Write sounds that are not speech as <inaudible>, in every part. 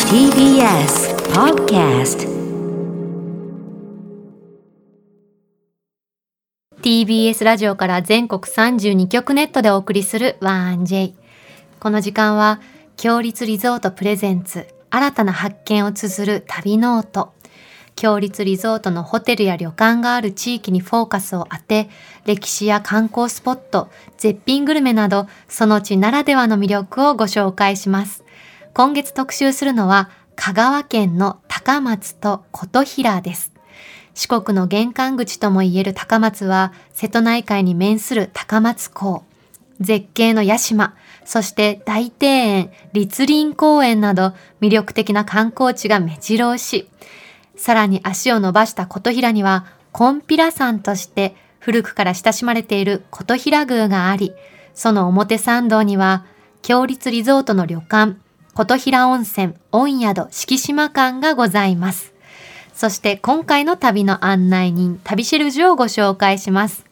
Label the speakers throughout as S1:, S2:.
S1: TBS Podcast
S2: TBS ラジオから全国32局ネットでお送りする「1J」この時間は「強立リゾートプレゼンツ新たな発見」を綴る旅ノート強立リゾートのホテルや旅館がある地域にフォーカスを当て歴史や観光スポット絶品グルメなどその地ならではの魅力をご紹介します今月特集するのは香川県の高松と琴平です四国の玄関口ともいえる高松は瀬戸内海に面する高松港絶景の屋島そして大庭園栗林公園など魅力的な観光地が目白押しさらに足を伸ばした琴平には金ンピラ山として古くから親しまれている琴平宮がありその表参道には強立リゾートの旅館琴平温泉温宿敷島館がございますそして今回の旅の案内人、旅シェルジュをご紹介します。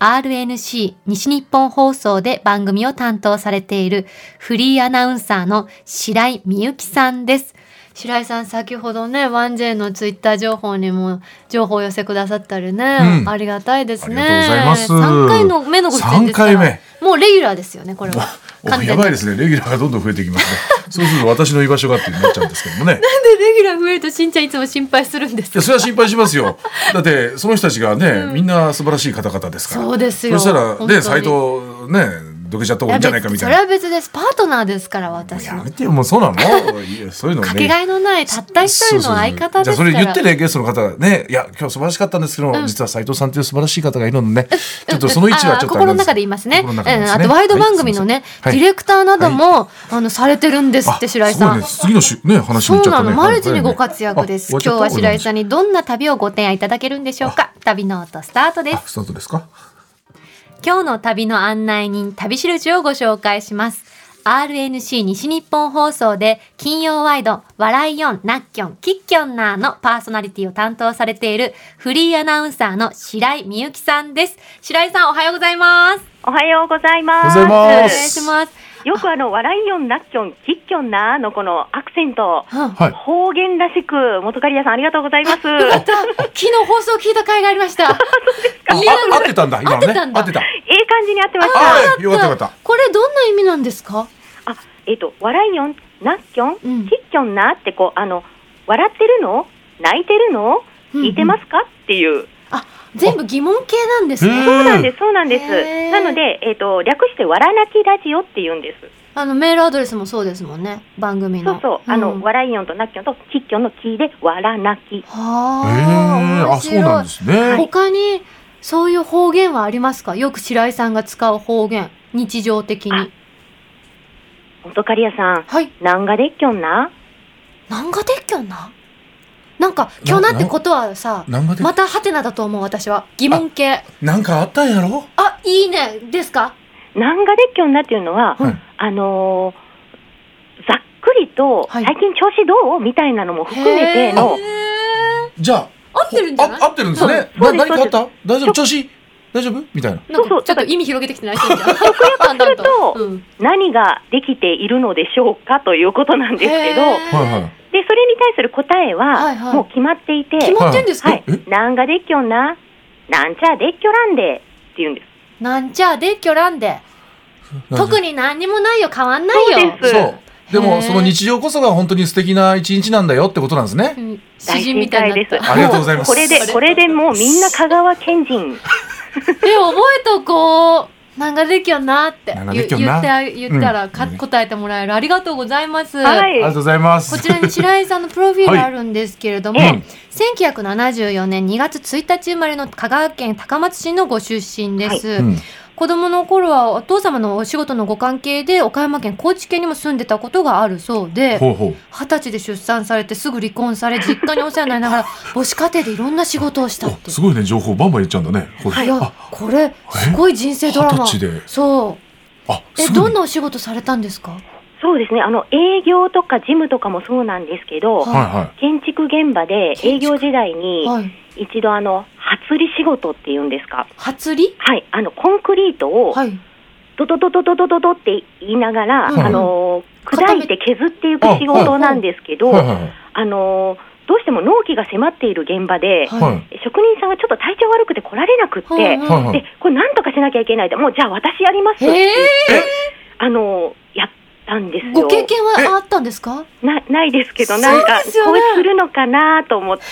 S2: RNC 西日本放送で番組を担当されているフリーアナウンサーの白井美幸さんです。白井さん、先ほどね、1J のツイッター情報にも情報を寄せくださったりね、
S3: うん
S2: ありがたいですね。
S3: ありがとうございます
S2: 3回の目のご出演ですから。
S3: 三回
S2: もうレギュラーですよね、これは。
S3: おやばいですね。レギュラーがどんどん増えていきます
S2: <laughs>
S3: ね。そうすると私の居場所がってなっちゃうんですけどもね。
S2: なんでレギュラー増えるとしんちゃんいつも心配するんです
S3: いや、それは心配しますよ。だって、その人たちがね、みんな素晴らしい方々ですから。
S2: そうですよ
S3: そしたら、
S2: 本当に
S3: ね、斎藤、ね、どけちゃった方がいいんじゃないかみたい
S2: や
S3: な。
S2: 別にそれは別ですパートナーですから私
S3: や
S2: の
S3: めてよ、もうそうなのいやそういうのね。
S2: かけがえのないたった一人の相方ですから
S3: じゃあそれ言ってねゲストの方ねいや今日素晴らしかったんですけど、実は斉藤さんという素晴らしい方がいるのでね、ちょっとその位置はちょっとあれ
S2: 心の
S3: なんす
S2: 中で言いますね
S3: 心の中
S2: う
S3: で言
S2: ん、
S3: います
S2: あ
S3: ね
S2: とワイド番組のね、
S3: はい
S2: ディレクターなども、あのされてるんですっ
S3: あ
S2: て白井
S3: そう
S2: さ
S3: なん
S2: ん
S3: です次のしね話
S2: そ
S3: に行っ
S2: う
S3: ちゃ
S2: な
S3: ったね
S2: の、マルチにご活躍です。今日は白井さ
S3: ん
S2: んにどんな旅をご提案いただけるんでしょうか。旅の音スタートです。
S3: スタートですか
S2: 今日の旅の案内人、旅しるじをご紹介します。RNC 西日本放送で金曜ワイド「笑いよんなっきょんきっきょんなー」のパーソナリティを担当されているフリーアナウンサーの白井美由紀さんです白井さんおはようございます
S4: おはようございま
S3: お
S4: す。
S3: はようござい
S2: お
S3: ま
S2: 願いします
S4: よくあの、笑いよんなっきょん、きっきょんなのこのアクセント、
S2: うん
S3: はい
S4: 方言らしく、元刈谷さんありがとうございます。
S2: よかった昨日放送聞いた回がありました
S3: ああ合ってたんだ今の
S2: 合って
S3: ね
S2: たんだ
S3: 合ってた
S4: ええ感じに合ってました。
S3: あはいよかったよかった
S2: これどんな意味なんですか
S4: あ、えっ、と、笑いよんなっきょん、き
S2: うん
S4: っきょんなってこう、あの、笑ってるの泣いてるの
S2: うんうん
S4: 聞いてますかっていう。
S2: あ全部疑問系なんですね
S3: へー
S4: そうなんです、そうなんで
S2: へー
S4: す。なので、えっ、と、略して、わらなきラジオって言うんです。
S2: あのメールアドレスもそうですもんね番組
S4: そ
S2: の
S4: うそう、あの、笑いよんとなっきょんと、きっきょんのきで、わらなき。
S2: はあ、。
S3: あそうなんですすね
S2: 他にそういう方言はありますか？よく白井さんが使う方言、日常的に。
S4: あ元刈谷さん、
S2: はい。
S4: なんがでっきょんな
S2: なんかでっきょんな。なんか今日なってことはさ、
S3: なんかで
S2: またハテナだと思う私は。疑問系。
S3: なんかあったんやろ
S2: あ、いいねですか？
S4: なんがでっきょんなっていうのは、
S3: はい
S4: あのーざっくりと、
S2: はい
S4: 最近調子どうみたいなのも含めての、
S2: へー
S3: じゃ
S2: 合ってるんじゃない
S3: あ？合ってるんですね
S4: そう
S3: な
S4: そうです
S3: 何かあった大丈夫調子大丈夫みた
S2: な
S3: いな
S2: ん
S4: そうそ
S2: か
S4: う
S2: ちょっと意味広げてきてないしんちゃん。だんだん
S4: そうすると
S2: うん
S4: 何ができているのでしょうかということなんですけど、
S2: へー
S3: はいはい
S4: で、それに対する答えは、
S2: はいはい
S4: もう決まっていて、
S2: 決まってんですか？
S4: はい
S3: え、
S4: なんがでっきょんななんちゃでっきょらんで、って言うんです。
S2: なんちゃでっきょらんで。特
S3: に
S2: に何にもないよ変わんないよ。
S4: そうです
S3: そうで
S2: へー
S3: もその日常こそが本当に素敵な一日なんだよってことなんですね
S2: うん詩
S4: 大
S2: 人み
S4: 正
S2: たいに
S4: 解
S2: なっ
S4: で
S2: た
S4: す。。
S3: ありがとうございます
S4: もこれで、これでもうみんな香川県人。
S2: え覚えとこうなんかできよなって
S3: なんか
S2: 言
S3: で
S2: う
S3: きよ
S2: 言
S3: な
S2: ってあ言ったらか、
S3: うん
S2: 答えてもらえるありがとうございます、
S4: は
S3: ありがとう
S4: い。
S3: ございます
S2: こちらに白井さんのプロフィールあるんですけれども、
S3: はいうん
S2: 1974年2月1日生まれの香川県高松市のご出身です、
S3: うん
S2: 子供の頃はお父様のお仕事のご関係で岡山県高知県にも住んでたことがあるそうで
S3: ほうほう
S2: 二十歳で出産されてすぐ離婚され実家にお世話になり
S3: <laughs>
S2: ながら母子家庭でいろんな仕事をしたっ
S3: お
S2: て
S3: すごいね情報バンバン言っちゃうんだねこれ
S2: い
S3: あ
S2: やこれすごい人生ドラマ
S3: 二十歳で
S2: そう
S3: あ
S2: え
S3: すぐに
S2: どんなお仕事されたんですか
S4: そうですね、あの、営業とか事務とかもそうなんですけど、
S3: はいは
S4: 建築現場で営業時代に
S2: はい
S4: 一度あの初売り仕事っていうんですか
S2: 初利
S4: はいあのコンクリートを
S2: はい
S4: ドドドドドドドドって言いながら、
S2: うん
S4: あのー砕いて削っていく仕事なんですけど、
S3: はいは
S4: あのーどうしても納期が迫っている現場で、
S3: いはい。
S4: 職人さんがちょっと体調悪くて来られなくって、
S2: はい
S3: はいは
S4: で
S3: い。
S4: これなんとかしなきゃいけないと、もうじゃあ私やりますっ
S2: へえ
S4: て、あのーやったんです
S2: ご
S4: よ。
S2: 経験はあったんですか
S4: なないですけど、なん
S2: そ
S4: か、
S2: うですよ
S4: こ
S2: ね
S4: うするのかなと思って、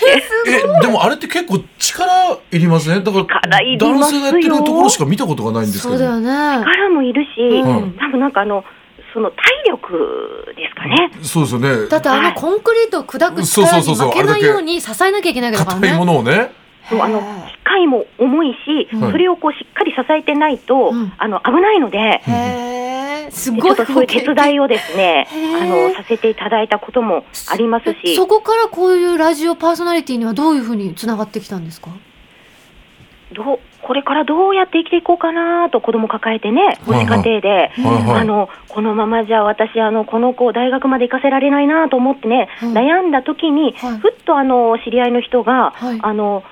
S3: え、でもあれって結構力いりますね。だから、
S4: 力いりますよ
S3: 男性がやってるところしか見たことがないんですけ
S2: そ
S3: ど。
S2: うだよね。
S4: 力もいるし、
S2: うん
S4: 多分なんかあの、その体力ですかね。
S3: そうですよね。
S2: だってあのコンクリートを砕く
S3: そう
S2: 力
S3: そうそ
S2: に
S3: うそう
S2: 負けないように支えなきゃいけないわけだからね。
S3: 硬いものをね。
S4: そうあの
S2: へ
S4: 機械も重いし、
S2: うん
S4: それをこうしっかり支えてないと、
S2: うん
S4: あの危ないので、
S2: えへえ、す
S4: ちょ
S2: ご
S4: っ
S2: い
S4: とそういう手伝いをですね
S2: へー
S4: あのさせていただいたことも <laughs> あります
S2: え
S4: し
S2: そこからこういうラジオパーソナリティにはどういうふうにつながってきたんですか
S4: どうこれからどうやって生きていこうかなと子供抱えてね
S3: はい
S4: 母
S3: はい
S4: 子家庭で、
S3: はいはい
S4: あのこのままじゃ私あのこの子を大学まで行かせられないなと思ってね、
S2: うん
S4: 悩んだ時に、
S2: はい
S4: ふっとあの知り合いの人が、
S2: はい
S4: あの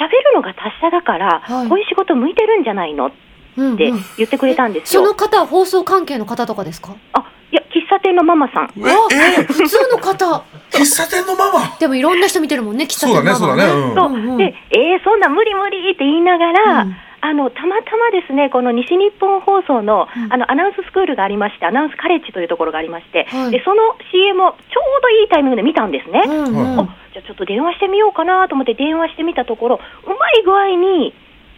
S4: 喋るのが達者だから、
S2: はい
S4: こういう仕事向いてるんじゃないのっ
S2: うんうん
S4: て言ってくれたんです
S2: そ
S4: よ。
S2: の方は放送関係の方とかですか
S4: あいや喫茶店のママさん
S3: え、
S2: あ
S3: え、
S2: 普通の方
S3: 喫茶店のママ。
S2: でもいろんな人見てるもんね喫茶
S3: そう
S2: 店
S3: だね、
S2: マ
S3: そ
S2: マ
S3: う
S2: ね
S3: だね。
S4: そう、
S2: うんうん
S4: で、えーそんな無理無理って言いながら、
S2: うん
S4: あのたまたまですね、この西日本放送の,、
S2: うん
S4: あのアナウンススクールがありまして、アナウンスカレッジというところがありまして、
S2: はい
S4: でその CM をちょうどいいタイミングで見たんですね。
S2: うんうん
S4: おじゃあちょっと電話してみようかなと思って電話してみたところ、うまい具合に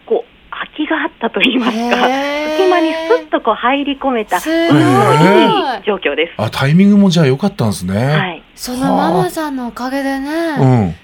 S4: こう空きがあったと言いますか、
S2: へー
S4: 隙間にスッとこう入り込めた、
S2: す
S4: す
S2: ごい
S4: ごいいい状況です。
S3: あ、タイミングもじゃあ良かったんですね。
S4: はい、
S2: そのママさんのおかげでね、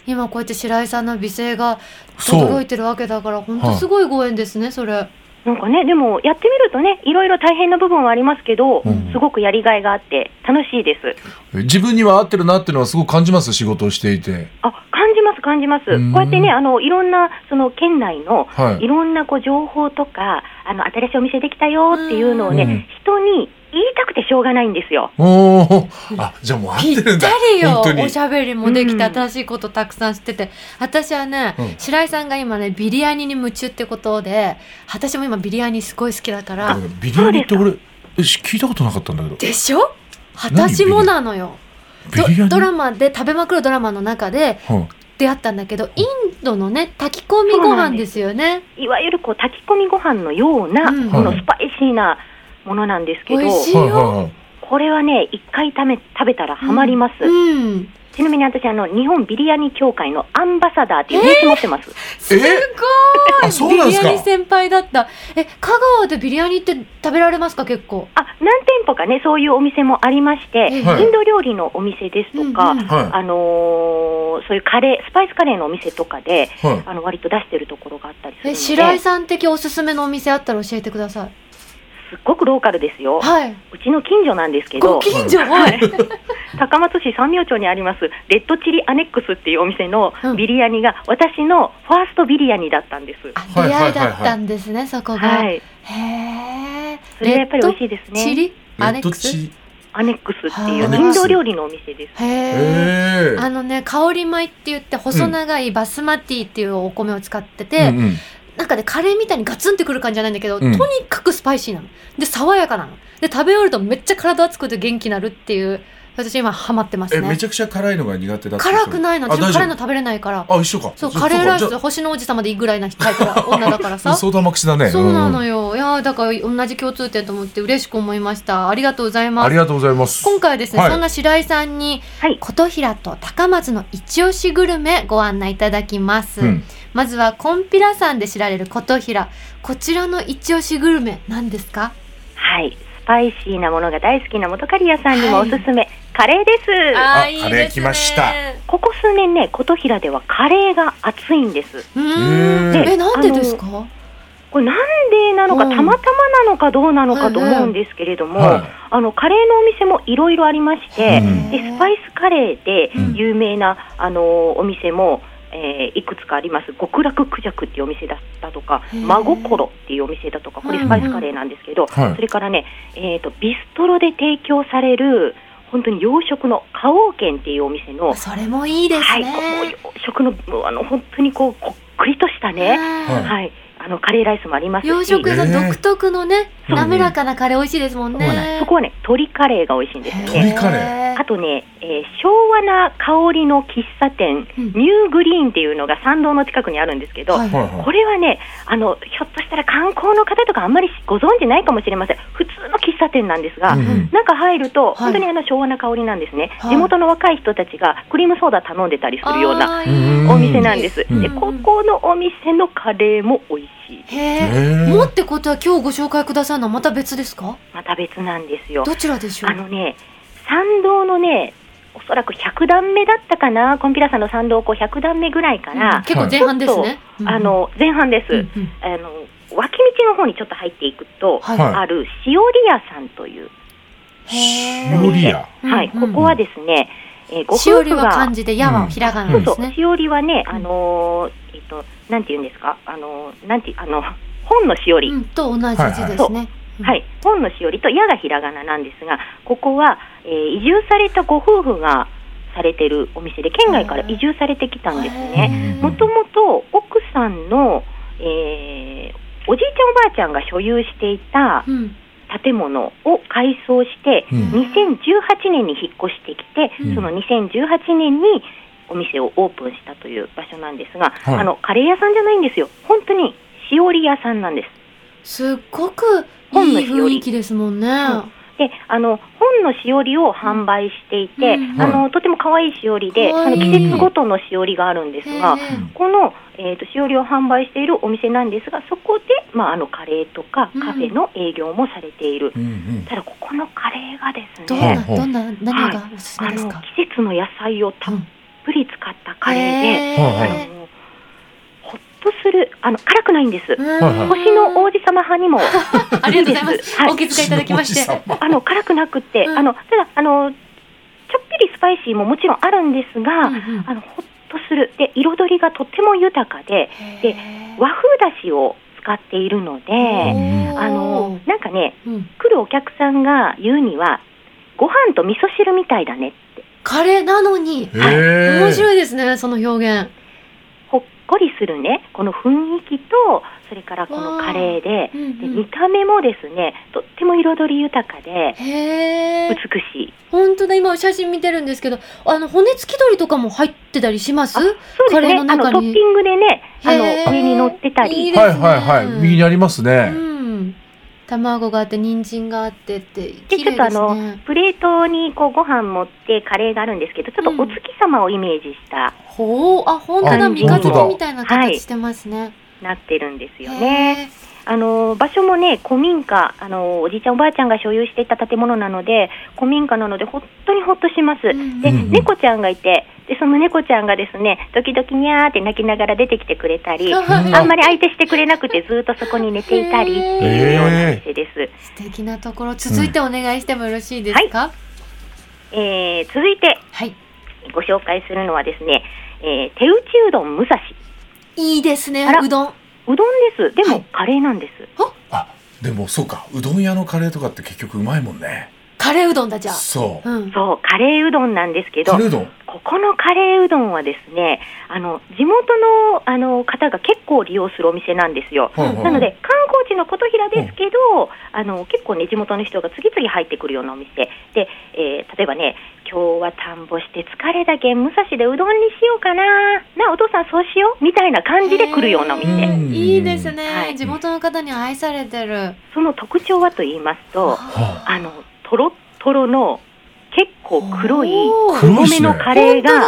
S3: うん。
S2: 今こうやって白井さんの美声が
S3: そ。
S2: 届いうてるわけだから本当すごいご縁ですねそれ
S4: なんかね、でもやってみるとね、いろいろ大変な部分はありますけど、
S3: うん
S4: すごくやりがいがあって楽しいです。
S3: 自分には合ってるなっていうのはすごく感じます、仕事をしていて。
S4: あ感じます、感じます、こ
S3: うん
S4: うやってね、あのいろんなその県内の
S3: はい
S4: い。ろんなこう情報とか、あの新しいお店できたよっていうのをね、
S3: うん
S4: 人に言いたくてしょうがないんですよ。
S3: おお。あ、じゃあもう合っ
S2: ぴ
S3: て
S2: った
S3: るんだ。
S2: りよ
S3: 本当に
S2: おし。ゃべりもできて
S4: うん
S2: 新しいことたくさん知ってて私はね、
S3: うん
S2: 白井さんが今ねビリヤニに夢中ってことで私も今ビリヤニすごい好きだから
S3: ビリヤニって俺、えし聞いたことなかったんだけど。
S2: でしょ私もなのよ
S3: ビリヤ
S2: ド
S3: ニ。
S2: ドラマで食べまくるドラマの中で
S3: うん
S2: 出会ったんだけどインドのね炊き込みご飯ですよね
S4: いわゆるこう炊き込みご飯のような、
S2: うん
S4: このスパイシーなものなんですけど、
S2: 美味しい
S3: はいはいはい。
S4: これはね、一回食べ食べたらハマります。
S2: うん
S4: ちなみに私あの、日本ビリヤニ協会のアンバサダーっていう名刺持ってます。
S2: すごい
S3: あそうなん
S2: ビリ
S3: です
S2: ヤ
S3: か
S2: ニ先輩だったえ香川でビリヤニって食べられますか結構
S4: あ何店舗かね、そういうお店もありまして、
S2: ええ
S3: はい
S4: インド料理のお店ですとか、
S2: うんうん
S3: は
S4: あのーそういうカレー、スパイスカレーのお店とかで、
S3: い。はい。
S4: あの割と出してるところがあったりする
S2: え
S4: ので、
S2: 白井さん的おすすめのお店あったら教えてください
S4: すっごくローカルですよ。
S2: はい。
S4: うちの近所なんですけ
S2: ご
S4: ど、
S2: 近所、はい。
S4: 高松市三明町にあります、レッドチリアネックスっていうお店の
S2: うん
S4: ビリヤニが、私のファーストビリヤニだったんです。
S2: あ出会いだったんですね、そこが。
S4: はい。
S2: へえ。
S4: それがやっぱり美味
S2: い
S4: しいで
S2: チ
S4: すね。
S2: リアネックス。
S3: へ
S4: アネックスってい
S2: は
S4: う
S2: い
S4: インド料理のお店です。
S2: へえ。
S3: え。
S2: あのね、香り米って言って細長いバスマティっていうお米を使ってて、
S3: うんうん
S2: なんかねカレーみたいにガツンってくる感じじゃないんだけど、
S3: うん
S2: とにかくスパイシーなので爽やかなので食べ終わるとめっちゃ体熱くて元気になるっていう私今ハマってます
S3: え、め
S2: ね
S3: ちゃくちゃ辛いのが苦手だって
S2: 辛くないの
S3: あ
S2: 私も
S3: 大丈夫
S2: 辛いの食べれないから
S3: あ、一緒か。
S2: そう
S3: じゃ
S2: カレーライ
S3: そう
S2: ス
S3: か
S2: 星の王子様でいいぐらいなタイプ
S3: <laughs>
S2: の女だから
S3: じゃ
S2: さ
S3: あ相当甘口だね。
S2: そうなの
S3: よ。
S2: よ。いやーだから同じ共通点と思って嬉しく思いました。ありがとうございま
S3: あり
S2: す。
S3: がとうございます。
S2: 今回はですね、
S3: はい
S2: そんな白井さんに
S4: はい。
S2: 琴平と高松の一押しグルメご案内いただきます。
S3: うん
S2: まずはコンピラ山で知られる琴平。こちらの一押しグルメなんですか？
S4: はい。スパイシーなものが大好きな元カリアさんにもおすすめ、カレーです。
S3: あいいですねカレー来ました
S4: ここ数年ね、琴平ではカレーが熱いんです。
S2: うーん。
S3: へー
S2: えなんでですか？
S4: これなんでなのか、
S2: うん
S4: たまたまなのかどうなのかと思うんですけれども、
S3: は
S4: あのカレーのお店もいろいろありまして、
S3: うん
S4: でスパイスカレーで
S3: うん
S4: 有名な、あのお店も、えーいくつかあります極楽クジャクっていうお店だったとか
S2: へー
S4: 真心っていうお店だとかこれスパイスカレーなんですけど、
S3: はい
S4: それからね、えー、とビストロで提供される本当に洋食の花王軒っていうお店の、
S2: それもいいです
S4: はい、
S2: ね。
S4: こう洋食のあの本当にこうこっくりとしたね、
S2: うん
S3: はい
S4: はい、あのカレーライスもあ
S2: <laughs>
S4: りますし
S2: 洋食屋さん
S3: えー
S2: 独特のね、
S3: うん
S2: 滑らかなカレー美味しいですもん
S4: そうなんです
S2: ね
S4: そこはね鶏カレーが美味しいんですよ
S3: へ
S4: ね。
S3: 鶏カレー
S2: へ
S4: あとね、えー昭和な香りの喫茶店、
S2: うん
S4: ニューグリーンっていうのが参道の近くにあるんですけど、
S2: はい
S3: はいはい
S4: これはねあの、ひょっとしたら観光の方とかあんまりご存知ないかもしれません、普通の喫茶店なんですが、
S3: うんうん
S4: 中入ると、
S2: い
S4: 本当にあの昭和な香りなんですね、
S2: はい
S4: 地元の若い人たちがクリームソーダ頼んでたりするような
S2: あーいい
S4: お店なんです、
S3: うん
S4: でここのお店のカレーも美味しい、
S2: へえ
S3: へー
S2: もってことは今日ご紹介くださるのはまた別ですか
S4: また別なんですよ。
S2: どちらでしょう
S4: あのね、参道のね、おそらく100段目だったかな、コンピラさんの参道をこう100段目ぐらいから、
S2: 結構前半ですね、うん
S4: あの前半です、
S2: うんうん
S4: あの、脇道の方にちょっと入っていくと、
S2: はい
S3: はい
S4: あるしおり屋さんという、
S2: へ
S3: 料
S2: ー
S3: 理屋。
S2: うん
S4: はい、
S2: う
S4: こ
S2: ん
S4: こはですね、えーご
S2: しお
S4: 夫
S2: り
S4: 婦
S2: は
S4: が
S2: 漢、字で、やはひらがな
S4: そ
S2: で
S4: う
S2: す
S4: そう、
S2: ね。
S4: しおりはね、あのーえっ、と、なんて言うんですか、あのーなんて、あの、本のしおり、
S2: うん、と同じ字ですね。うん
S4: はい、本のしおりと矢がひらがななんですが、ここは、えー移住されたご夫婦がされてるお店で、県外から移住されてきたんですね。
S2: へー
S4: もともと奥さんの、えーおじいちゃんおばあちゃんが所有していた
S2: うん
S4: 建物を改装して、
S3: うん
S4: 2018年に引っ越してきて、
S3: うん
S4: その2018年にお店をオープンしたという場所なんですが、
S3: はい
S4: あのカレー屋さんじゃないんですよ、本当にしおり屋さんなんです。
S2: すっごくいい雰囲気ですもんね。
S4: であの本のしおりを販売していて、
S2: うん
S4: あのとても可愛いしおりで、
S2: 可愛
S4: あの
S2: い
S4: 季節ごとのしおりがあるんですが、
S2: へー
S4: この、えー、としおりを販売しているお店なんですが、そこで、まあ、あのカレーとか
S2: うん
S4: カフェの営業もされている、
S3: うんうん
S4: ただここのカレーがです
S2: どん
S4: ね、
S2: な、
S3: ほう
S2: どんな、何がおすす
S4: あ
S2: めで
S4: の
S2: す
S4: 季
S2: か。
S4: 節の野菜をたっぷり使ったカレーで、
S2: へ
S3: は
S4: あ
S3: いは
S4: のほっとする、あの辛くないんです。
S2: うん
S3: はいはい
S4: 星の王子様派にも
S2: ありがとうございま。
S4: いいですすはい
S2: お気遣いいただきまして。
S3: 篠
S4: あの辛くなくって、
S2: うん
S4: あのただあのちょっぴりスパイシーももちろんあるんですが、
S2: うんうん
S4: あのほっとするで彩りがとても豊かでで
S2: へー
S4: 和風だしを使っているので、
S2: おー
S4: あのなんかね
S2: うん
S4: 来るお客さんが言うにはご飯と味噌汁みたいだねって
S2: カレーなのに、
S3: へー
S2: 面白いですね、その表現。
S4: ほっこりするねこの雰囲気とそれからこのカレーで
S2: うん
S4: で
S2: うん
S4: 見た目もですねとっても彩り豊かで
S2: へえ、
S4: 美しい
S2: 本当だ、今写真見てるんですけど、あの骨付き鳥とかも入ってたりします。
S4: そうですね
S2: カレーの
S4: あ
S2: 中に
S4: のトッピングでねあ
S2: へー
S4: の上に乗ってたり
S2: いいですね
S3: はいはいはい。右にありますね。
S2: うん、卵があって人参があってって
S4: で
S2: 綺麗
S4: ちょっとあ
S2: です
S4: の
S2: ね。
S4: プレートにこうご飯持ってカレーがあるんですけどちょっとお月様をイメージした、
S2: ほうあ本当だ
S4: あ
S2: 三日
S4: 本当だ
S2: 月みたいな形してますね。
S4: なってるんですよ
S2: へ
S4: ね。あの場所もね古民家あのおじいちゃんおばあちゃんが所有していた建物なので古民家なので本当にほっとします。
S2: ーうん
S4: で、
S3: うん
S4: 猫ちゃんがいてでその猫ちゃんがですね時々にゃーって泣きながら出てきてくれたり。
S2: かわいい
S3: うん
S4: あんまり相手してくれなくてずっとそこに寝ていたりっていうようなお店です。
S2: 素敵なところ続いてお願いしてもよろしいですか。
S4: えー続いて
S2: はい。
S4: ご紹介するのはですね、えー手打ちうどん武蔵
S2: いいですね
S4: あら
S2: うどん。
S4: うどんです。でも、
S2: はい
S4: カレーなんです。
S3: あ、でもそうか。うどん屋のカレーとかって結局うまいもんね。
S2: カレーうどんだじゃあ。
S3: そう。
S2: うん。
S4: そう、カレーうどんなんですけど
S3: カ、レーうどん。
S4: ここのカレーうどんはですね、あの地元のあの方が結構利用するお店なんですよ。
S3: はいはい
S4: なので観光地の琴平ですけど、あの結構ね地元の人が次々入ってくるようなお店で、えー例えばね今日は田んぼして疲れたけん武蔵でうどんにしようかななお父さんそうしようみたいな感じで来るようなお
S2: へ
S4: 店
S3: うん
S2: ーいいですね、
S4: はい
S2: 地元の方に愛されてる。
S4: その特徴はと言いますと
S3: は
S4: あのとろっとろの結構黒い
S2: おー
S3: 黒いっ
S4: 米
S3: すね
S4: のカレーが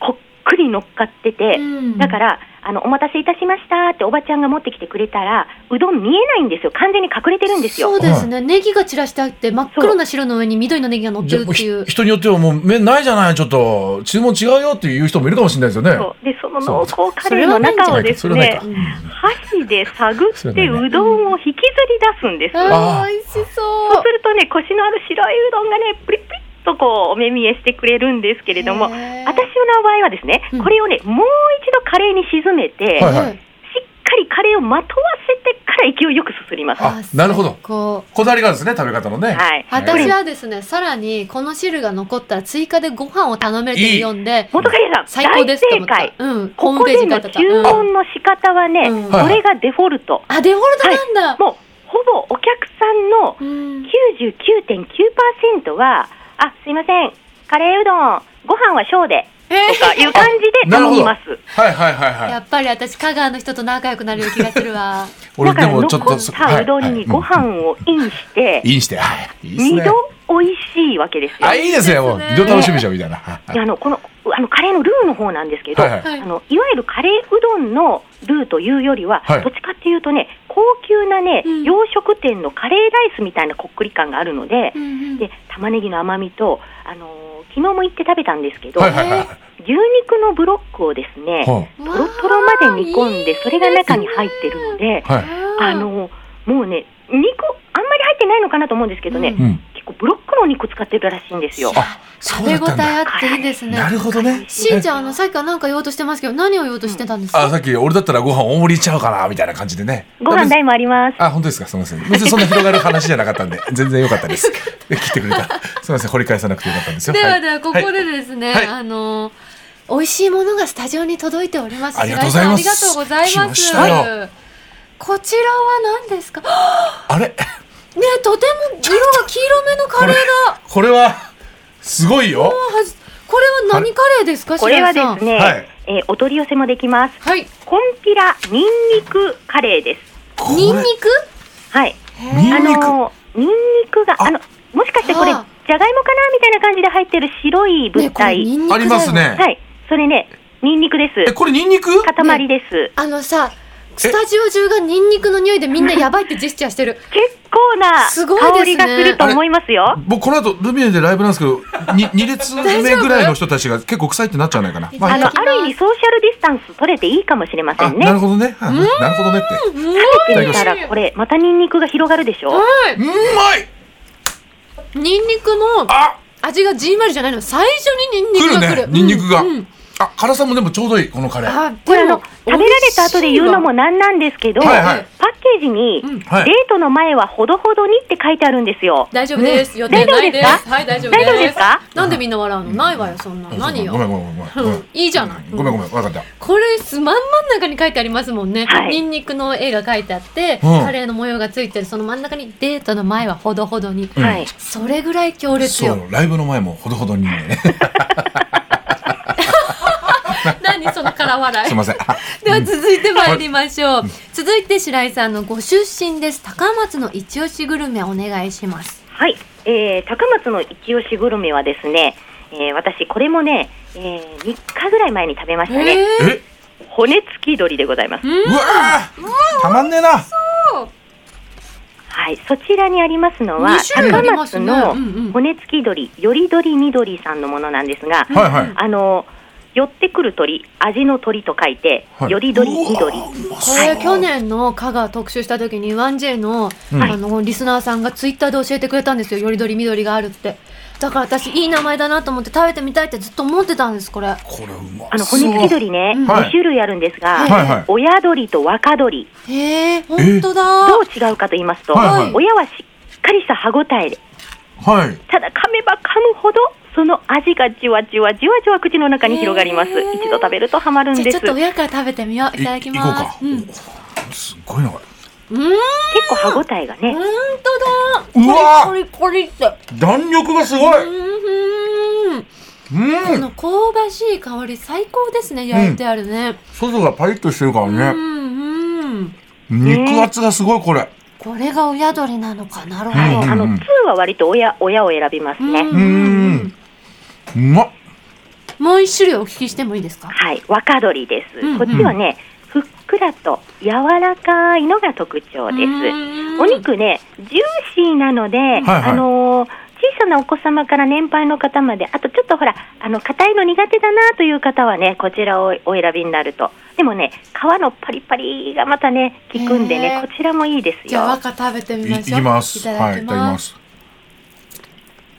S2: 本
S4: こっくり乗っかって
S2: 当
S4: て
S2: だ。、うん
S4: だからあのお待たせいたしましたっておばちゃんが持ってきてくれたらうどん見えないんですよ完全に隠れてるんですよ
S2: そうですね、ネギが散らしてあって真っ黒な白の上に緑のネギが乗ってるっていう
S3: じゃあもうひ人によってはもう目ないじゃないちょっと注文違うよっていう人もいるかもしれないですよね。
S4: そうでその濃厚カレーの中をです
S3: それはない
S4: ね
S3: か。
S4: 箸で探
S3: そ
S4: っ
S3: れ
S4: て
S3: はな
S4: うどんを引きずり出すんですそう
S2: あ
S3: あ
S2: ー
S3: ー
S2: 美味し
S4: す
S2: そ
S4: るとねコシのある白いうどんがねプリプリっとこうお目見えしてくれるんですけ
S2: う
S4: れども
S2: へー
S4: 私の場合はですね、
S2: うん
S4: これをねもう一度カレーに沈めて、
S3: はい
S4: しっ
S3: は
S4: かりカレーをまとわせてかから勢いよくすすります。
S3: あなるほど
S2: 最高
S3: こだわりがあるんですね、食べ方のね。
S4: はい。
S2: 私はですね、さらにこの汁が残ったら追加でご飯を頼めると読んで、
S4: 本狩さん、
S2: 最高ですと
S4: 大
S2: 思
S4: 正
S2: っ
S4: 解
S2: た。。うん、ホ
S4: こ
S2: ー
S4: こ
S2: ムペー
S4: で
S2: ジ買
S4: の
S2: っ
S4: 注
S2: てた。うん
S4: 文の仕方はね、
S2: うん
S3: はい
S4: これがデフォルト。
S2: あ、デフォルトなんだ。
S4: もう、ほぼお客さんの
S2: うん
S4: 99.9%は、あ、すいません、カレーうどん、ご飯は小で、
S2: え
S4: とかいう感じで
S3: なるほ
S4: 頼
S3: ど
S4: みます。
S3: はいはいはい
S2: ーや
S3: はい。
S2: っぱり私香川の人と仲良くなれる気がするわ。
S3: 俺
S4: だか
S3: で
S4: ら
S3: もちょっ
S4: 残
S3: と
S4: っ
S3: そ、
S4: たうどんにご
S3: はい
S4: 飯をインして
S3: うん、インして、はい。いいです
S4: 二
S3: ね。
S4: 度美味しいわけですよ。
S3: あ、いいですね、
S2: い
S3: もう。
S2: いです
S3: 二
S2: ね
S3: 度楽しみじゃんみたいな。はい
S4: であのこのあのカレーのルーの方なんですけど、
S3: はいはい
S4: あのいわゆるカレーうどんのルーというよりは、
S3: はい
S4: どっちかっていうとね、高級なね、
S2: うん
S4: 洋食店のカレーライスみたいなこっくり感があるの <laughs> で
S2: う、んうん
S4: で玉ねぎの甘みと、あのー昨日も行って食べたんですけど、
S3: はいはいはい。
S4: 牛肉のブロックをですね、
S3: は
S2: わ
S4: と
S2: ー
S4: ろとろまで煮込んで、それが中に入ってるので、
S3: い。はい。
S2: あ
S4: あのーもうね、肉、あんまり入ってないのかなと思うんですけどね、
S2: うん
S3: うん。
S4: 結構ブロックの肉使ってるらしいんですよ。
S3: あ、そ
S2: 食
S3: うだ
S2: べ
S3: っ
S2: 応
S3: たん
S2: え
S3: だ。
S2: あっていいですね
S3: な。るほどね。
S2: しんち
S3: え
S2: ゃんあのさっきからなんか言おうとしてますけど何を言おうとしてたんです
S3: あ、
S2: か。
S3: さっき俺だったらご飯大盛りいっちゃうかなみたいな感じでね。
S4: ご飯代もあります。
S3: あ、本当ですか。すみません。別にそんな広がる話じゃなかったんで、全然良かったです。切ってくれた。すみません。掘り返さなくてよかったんですよ。
S2: で
S3: い
S2: はではここ
S3: い
S2: でですね、
S3: はい
S2: あの美味しいものがスタジオに届いております。
S3: ありがとうございます
S2: 白井さんありがとうございます。
S3: 来ました
S2: こちらは何ですか。ね
S3: あれ、
S2: とても色が黄色めのカレーが。
S3: これはすごいよ。
S2: はじこれは何カレーですか。
S4: これはで
S2: 白井さん
S4: すね、
S3: はい
S4: えーお取り寄せもできます。
S2: はい。
S4: コンピラニンニクカレーです。
S3: こ
S2: ニンニ
S3: れ
S2: ク。
S4: はい。
S3: ニン
S4: あ
S3: ニク
S4: のーニンニクが
S3: あ
S4: あのもしかしてこれじ
S2: あ
S4: ゃがいもかなみたいな感じで入ってる白い
S2: ね
S4: 物
S2: これ
S4: 体。
S2: ニンニクだよ
S3: ありますね
S4: はい。それね、ニンニクで
S3: え、
S4: す。
S3: これニンニク？
S4: 塊です。
S2: あのさ、スタジオ中がニンニクの匂いでみんなやばいってジェスチャーしてる。
S4: 結構な
S2: すごいですね
S4: 香りがすると思いますよ。
S3: 僕この後ルミネでライブなんですけど、に二列目ぐらいの人たちが結構臭いってなっちゃわないかな。ま
S4: あ
S2: いただき
S4: の
S2: ます
S4: ある意味ソーシャルディスタンス取れていいかもしれませ
S3: あ、
S4: ん
S3: なる
S4: ね。
S3: ほどね。はい <laughs> はいなるほどねって。
S2: すごい
S4: 食べてみたらこれまたニンニクが広がるでしょ。
S3: うまい。
S2: ニンニクの
S3: あ、
S2: 味がじんわりじゃないの。最初にニンニクが来る。
S3: 来るねニンニクが
S2: うんうん
S3: あ、辛さもでもちょうどいいこのカレー。
S2: あ、
S4: これあの食べられた後で言うのもなんなんですけど、
S3: はいはい
S4: パッケージに、
S2: うん
S3: はい
S4: デートの前はほどほどにって書いてあるんですよ。
S2: 大丈夫です。予定ないです。はい、大丈夫です。
S4: 大丈夫ですか
S2: なんでみんな笑うのないわよ、そんな。
S3: うん
S2: 何よ
S3: ご。めんごめんごめんごめん。
S2: うんいいじゃない
S3: ごめんごめん。わかった。
S2: これ、すまん真ん中に書いてありますもんね。
S4: はい
S2: ニンニクの絵が書いてあって、
S3: うん
S2: カレーの模様がついてる、その真ん中にデートの前はほどほどに。
S3: うん
S4: はい。
S2: それぐらい強烈
S3: そ
S2: よ。
S3: う、ライブの前もほどほどに
S2: <laughs>
S3: ね。
S2: 何その空笑い。
S3: すみません。
S2: では続いて参りましょう。続いて白井さんのご出身です。高松の一押しグルメお願いします。
S4: はい、えー高松の一押しグルメはですね、えー私これもね、えー、3日ぐらい前に食べましたね。
S2: え
S3: え、
S4: 骨付き鶏でございます。
S3: うわーたまんねえな。
S4: はい、そちらにありますのは
S2: 二種類あ
S4: 高
S2: ります
S4: 松
S2: ね
S4: の
S2: うんうん
S4: 骨付き鶏よりどりみどりさんのものなんですが、
S3: はいはい。
S4: あの寄ってくる鳥味の鳥と書いて、
S3: はい
S4: よりどりみどり。
S2: これ去年の香川特集した時に 1J の,、
S3: うん
S2: あのリスナーさんがツイッターで教えてくれたんですよよりどりみどりがあるってだから私いい名前だなと思って食べてみたいってずっと思ってたんですこれ
S3: これうま
S4: あの
S3: そう
S4: 骨付き鳥ね、
S2: うん
S4: 二
S3: はい
S4: 種類あるんですが、
S2: はい
S3: はいはい。
S4: 親鳥と若鳥、
S2: へえ本当だ
S4: どう違うかと言いますと、
S3: はいはい
S4: 親はしっかりした歯ごたえで、
S3: はい。
S4: ただ噛めば噛むほど、その味がじわじわじわじわ口の中に広がります。
S2: へー
S4: 一度食べるとハマるん
S2: じゃ
S4: で
S2: あ
S4: す。
S2: ちょっと
S4: 結
S2: 親から食べてみよういただきます
S3: 行こ
S2: うん
S3: うか。おすっごいなこ
S2: うん
S4: 構歯ごたえがね、
S2: 本当だ
S3: うわー
S2: コリコリコリって
S3: れ。弾力がすごい。
S2: うん
S3: う
S2: こ
S3: ん。
S2: の香ばしい香り最高ですね焼いてあるね
S3: 外がパリッとしてるか
S2: うん
S3: らね。
S2: うん
S3: 肉厚がすごいこれ。
S2: これが親鳥なのかなるほ
S3: うんうん
S2: ど
S4: あの2は割と親親を選びますね。
S2: うんうん
S3: うまっ。
S2: もう一種類お聞きしてもいいですか
S4: はい、若鶏です。
S2: うんうん
S4: こっちはね、ふっくらと柔らかいのが特徴です。お肉ね、ジューシーなので、
S3: はい
S4: あのー小さなお子様から年配の方まで、あとちょっとほら、あの、硬いの苦手だなという方はね、こちらをお選びになると。でもね、皮のパリパリがまたね、効くんで
S2: へ
S4: ね
S2: ー、
S4: こちらもいいです
S2: じゃあ
S4: よ。
S2: 若食べてみ
S3: い
S2: ま
S3: い
S2: しょう
S3: きます。
S2: いただきます,、
S3: す。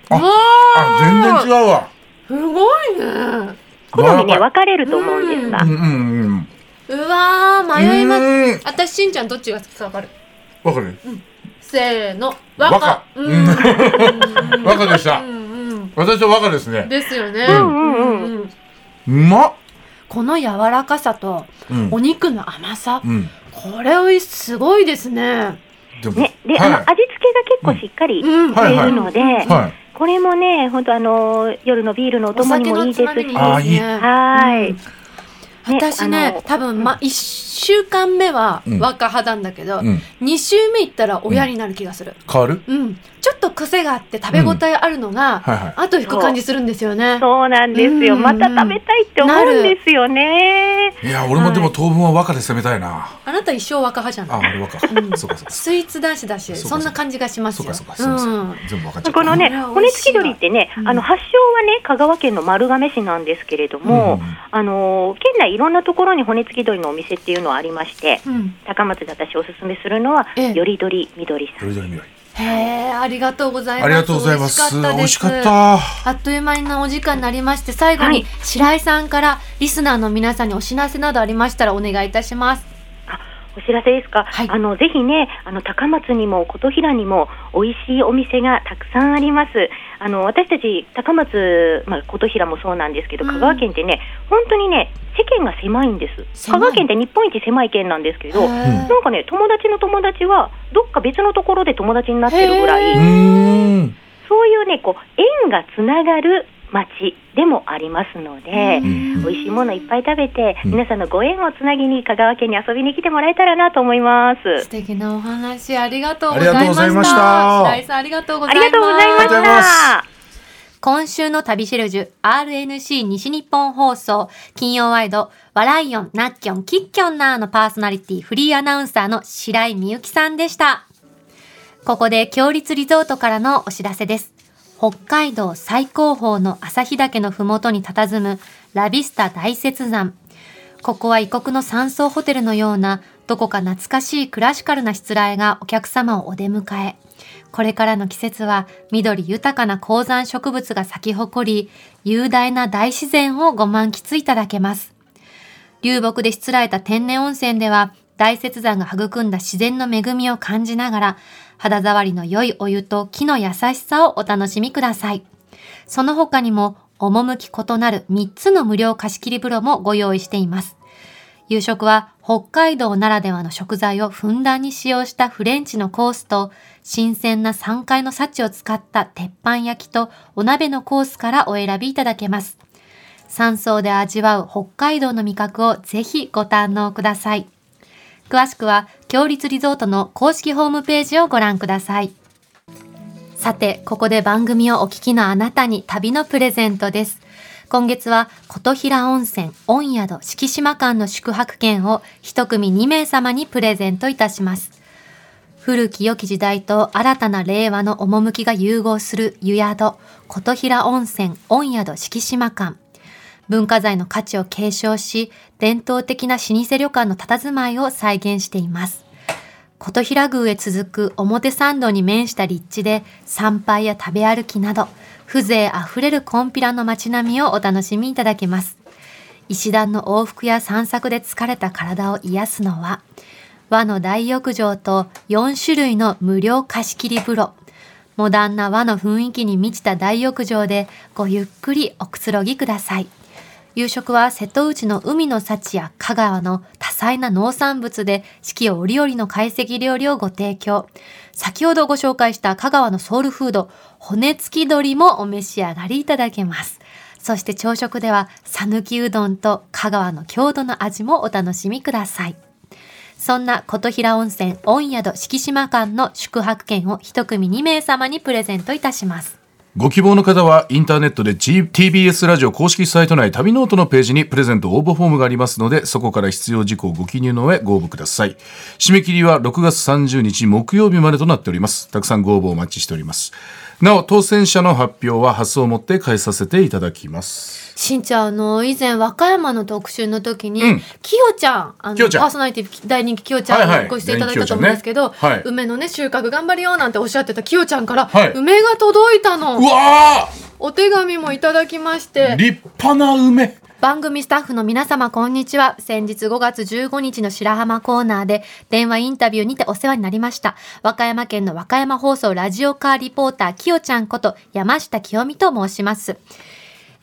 S3: あ、全然違うわ。
S2: 全然違うすごいね
S4: 好みね、
S3: 柔ら
S4: 分かれると思うんですが
S3: う、んうんうん。
S2: うわー迷います
S3: うん
S2: 私しんちゃんどっちが好きかわかる
S3: わかる
S5: せーの
S3: 和
S5: 和
S3: 歌
S5: 歌うん
S3: <laughs> わかでした
S5: うんうん
S3: 私はわかですね
S5: ですよね
S4: うんうんうん
S5: うん
S3: うまっ
S5: この柔らかさと
S3: うん
S5: お肉の甘さ
S3: うん
S5: これおいすごいですね
S3: でも
S4: ね、で、あの味付けが結構しっかりして
S5: うん
S3: はいはい
S4: るので、
S3: はい
S4: これもね、本当あの夜のビールのお
S5: お
S4: 供に
S5: 酒
S4: もい
S5: の
S4: い
S5: つ
S4: で
S5: ますみに
S4: し、
S5: いい
S4: は
S3: あ
S5: ですね
S3: ーいい
S4: ーい、ね
S5: 私
S4: あ
S5: ね
S4: の
S5: 多分ま1週間目は
S3: うん
S5: 若派なんだけど
S3: うん
S5: 2週目行ったら親になる気がする
S3: 変わる
S5: うんちょっと癖があって食べ応えあるのが
S3: はいはい
S5: 後引く感じするんですよね
S4: そうなんですよ。
S5: うん
S4: また食べたいって思うんですよね。
S3: いや俺もでも当分は和歌で攻めたいな
S5: あなた一生若派じゃ
S3: あ
S5: ない
S3: 俺和歌
S5: うん
S3: そうかそうか
S5: スイーツ男子だし
S3: そうか
S5: そんな感じがします
S3: そう
S5: よ
S3: かそうかすいませ
S5: うん
S3: ん全部わかっちゃった
S4: このね、
S5: うん
S4: 骨付き鳥ってね、
S5: うん
S4: あの発祥はね、香川県の丸亀市なんですけれども、
S3: うん
S4: あの県内いろんなところに骨付き鳥のお店っていうのはありまして、
S5: うん
S4: 高松で私おすすめするのは、
S5: ええ
S4: よりどりみどりさ
S3: ど
S4: ん。
S3: れどれ未来
S5: へえありがとうございます
S3: ありがとうございます美
S5: 美
S3: 味
S5: 味
S3: し
S5: しか
S3: かっ
S5: ったです
S3: た
S5: あっという間になお時間になりまして最後に
S4: は
S5: 白井さんからリスナーの皆さんにお知らせなどありましたらお願いいたします。
S4: お知らせですか、
S5: はい
S4: あのぜひねあの高松にも琴平にも美味しいお店がたくさんありますあの私たち高松、まあ、琴平もそうなんですけど
S5: うん
S4: 香川県ってね、本当にね世間が狭いんです
S5: 狭
S4: 香
S5: い
S4: 川県って日本一狭い県なんですけど
S5: へ
S3: う
S5: ー
S4: なんかね友達の友達はどっか別のところで友達になってるぐら
S5: へ
S3: う
S4: い
S3: ーん
S4: そういうねこう縁がつながる町でもありますので、
S3: うん
S4: 美味しいものいっぱい食べて、
S3: うん
S4: 皆さんのご縁をつなぎに香川県に遊びに来てもらえたらなと思います
S5: 素。敵なお話ありがとうご
S3: あ
S5: ざ
S3: りがと
S5: いうま
S3: ご
S5: した
S3: ざいました
S5: 白井さんありがとうござ
S4: あ
S5: い
S4: り
S5: ます
S4: がとうござい
S3: あ
S4: まし
S3: りがとうございま
S4: た。
S2: 今週の旅シェルジュ RNC 西日本放送金曜ワイドワライオンナッキョンキッキョンナーのパーソナリティフリーアナウンサーの白井美幸さんでしたここで強立リゾートからのお知らせです北海道最高峰の旭岳のふもとに佇むラビスタ大雪山ここは異国の山荘ホテルのようなどこか懐かしいクラシカルなしつらえがお客様をお出迎えこれからの季節は緑豊かな高山植物が咲き誇り雄大な大自然をご満喫いただけます流木でしつらえた天然温泉では大雪山が育んだ自然の恵みを感じながら肌触りの良いお湯と木の優しさをお楽しみくださいその他にも趣異なる3つの無料貸し切り風呂もご用意しています夕食は北海道ならではの食材をふんだんに使用したフレンチのコースと新鮮な3階の幸を使った鉄板焼きとお鍋のコースからお選びいただけます。山荘で味わう北海道の味覚をぜひご堪能ください。詳しくは、強立リゾートの公式ホームページをご覧ください。さて、ここで番組をお聞きのあなたに旅のプレゼントです。今月は、琴平温泉、温宿、敷島間の宿泊券を一組2名様にプレゼントいたします。古き良き時代と新たな令和の趣が融合する湯宿、琴平温泉、温宿敷島館。文化財の価値を継承し、伝統的な老舗旅館の佇まいを再現しています。琴平宮へ続く表参道に面した立地で、参拝や食べ歩きなど、風情あふれるコンピラの街並みをお楽しみいただけます。石段の往復や散策で疲れた体を癒すのは、和の大浴場と4種類の無料貸し切り風呂。モダンな和の雰囲気に満ちた大浴場でごゆっくりおくつろぎください。夕食は瀬戸内の海の幸や香川の多彩な農産物で四季折々の懐石料理をご提供。先ほどご紹介した香川のソウルフード、骨付き鶏もお召し上がりいただけます。そして朝食では、讃岐うどんと香川の郷土の味もお楽しみください。そんな琴平温泉温宿敷島間の宿泊券を一組2名様にプレゼントいたします。
S3: ご希望の方はインターネットで、G、TBS ラジオ公式サイト内旅ノートのページにプレゼント応募フォームがありますのでそこから必要事項をご記入の上ご応募ください締め切りは6月30日木曜日までとなっておりますたくさんご応募お待ちしておりますなお当選者の発表は発送をもって返させていただきます
S5: しんちゃんあの以前和歌山の特集の時に、
S3: うん
S5: きよちゃんあの
S3: きよちゃん
S5: パーソナリティ大人気きよちゃん
S3: はいは
S5: に
S3: い
S5: ご出演いただいたと思うんですけど、
S3: 大人気きよちゃんねはい
S5: 梅のね収穫頑張れよなんておっしゃってたきよちゃんから、
S3: はい
S5: 梅が届いた
S3: う
S5: の
S3: わ
S5: お手紙もいただきまして
S3: ー立派な梅
S2: 番組スタッフの皆様こんにちは先日5月15日の白浜コーナーで電話インタビューにてお世話になりました和歌山県の和歌山放送ラジオカーリポーターきよちゃんこと山下清美と申します、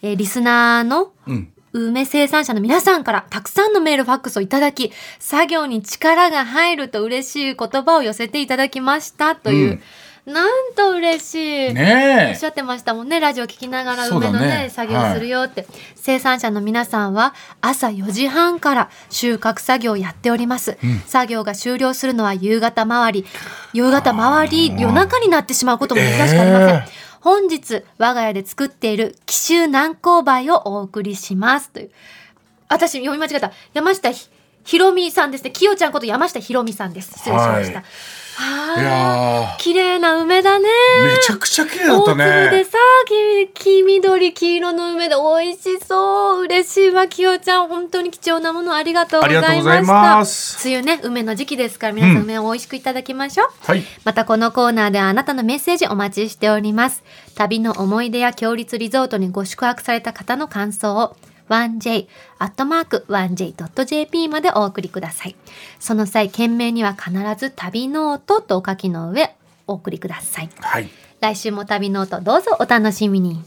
S2: えーリスナーの
S3: うん
S2: 梅生産者の皆さんからたくさんのメールファックスをいただき作業に力が入ると嬉しい言葉を寄せていただきましたという、なんと嬉しい、おっ
S3: ね
S2: しゃってましたもんねラジオ聞きながら
S3: そう
S2: 梅
S3: だね
S2: のね作業するよって、生産者の皆さんは朝4時半から収穫作業をやっております、作業が終了するのは夕方回り夕方回り夜中になってしまうことも珍しくありません、
S3: ええ
S2: 本日我が家で作っている紀州南高梅をお送りしますという私読み間違えた山下ひひろみさんですねきよちゃんこと山下ひろみさんです失礼しました、
S3: えい
S2: はあ
S3: や
S2: 綺麗な梅だね
S3: ーめちゃくちゃ綺麗だっ
S2: 大
S3: た
S2: 粒で
S3: ね
S2: さ黄黄緑黄色の梅で美味しそう嬉しいわきよちゃん本当に貴重なものありがとうございました
S3: ありがとうございます
S2: 梅雨ね梅の時期ですから皆さん
S3: うん
S2: 梅を美味しくいただきましょう、
S3: はい
S2: またこのコーナーではあなたのメッセージお待ちしております旅の思い出や強立リゾートにご宿泊された方の感想を 1j.1j.jp までお送りくださいその際件名には必ず旅ノートとお書きの上お送りください
S3: はい
S2: 来週も旅ノートどうぞお楽しみに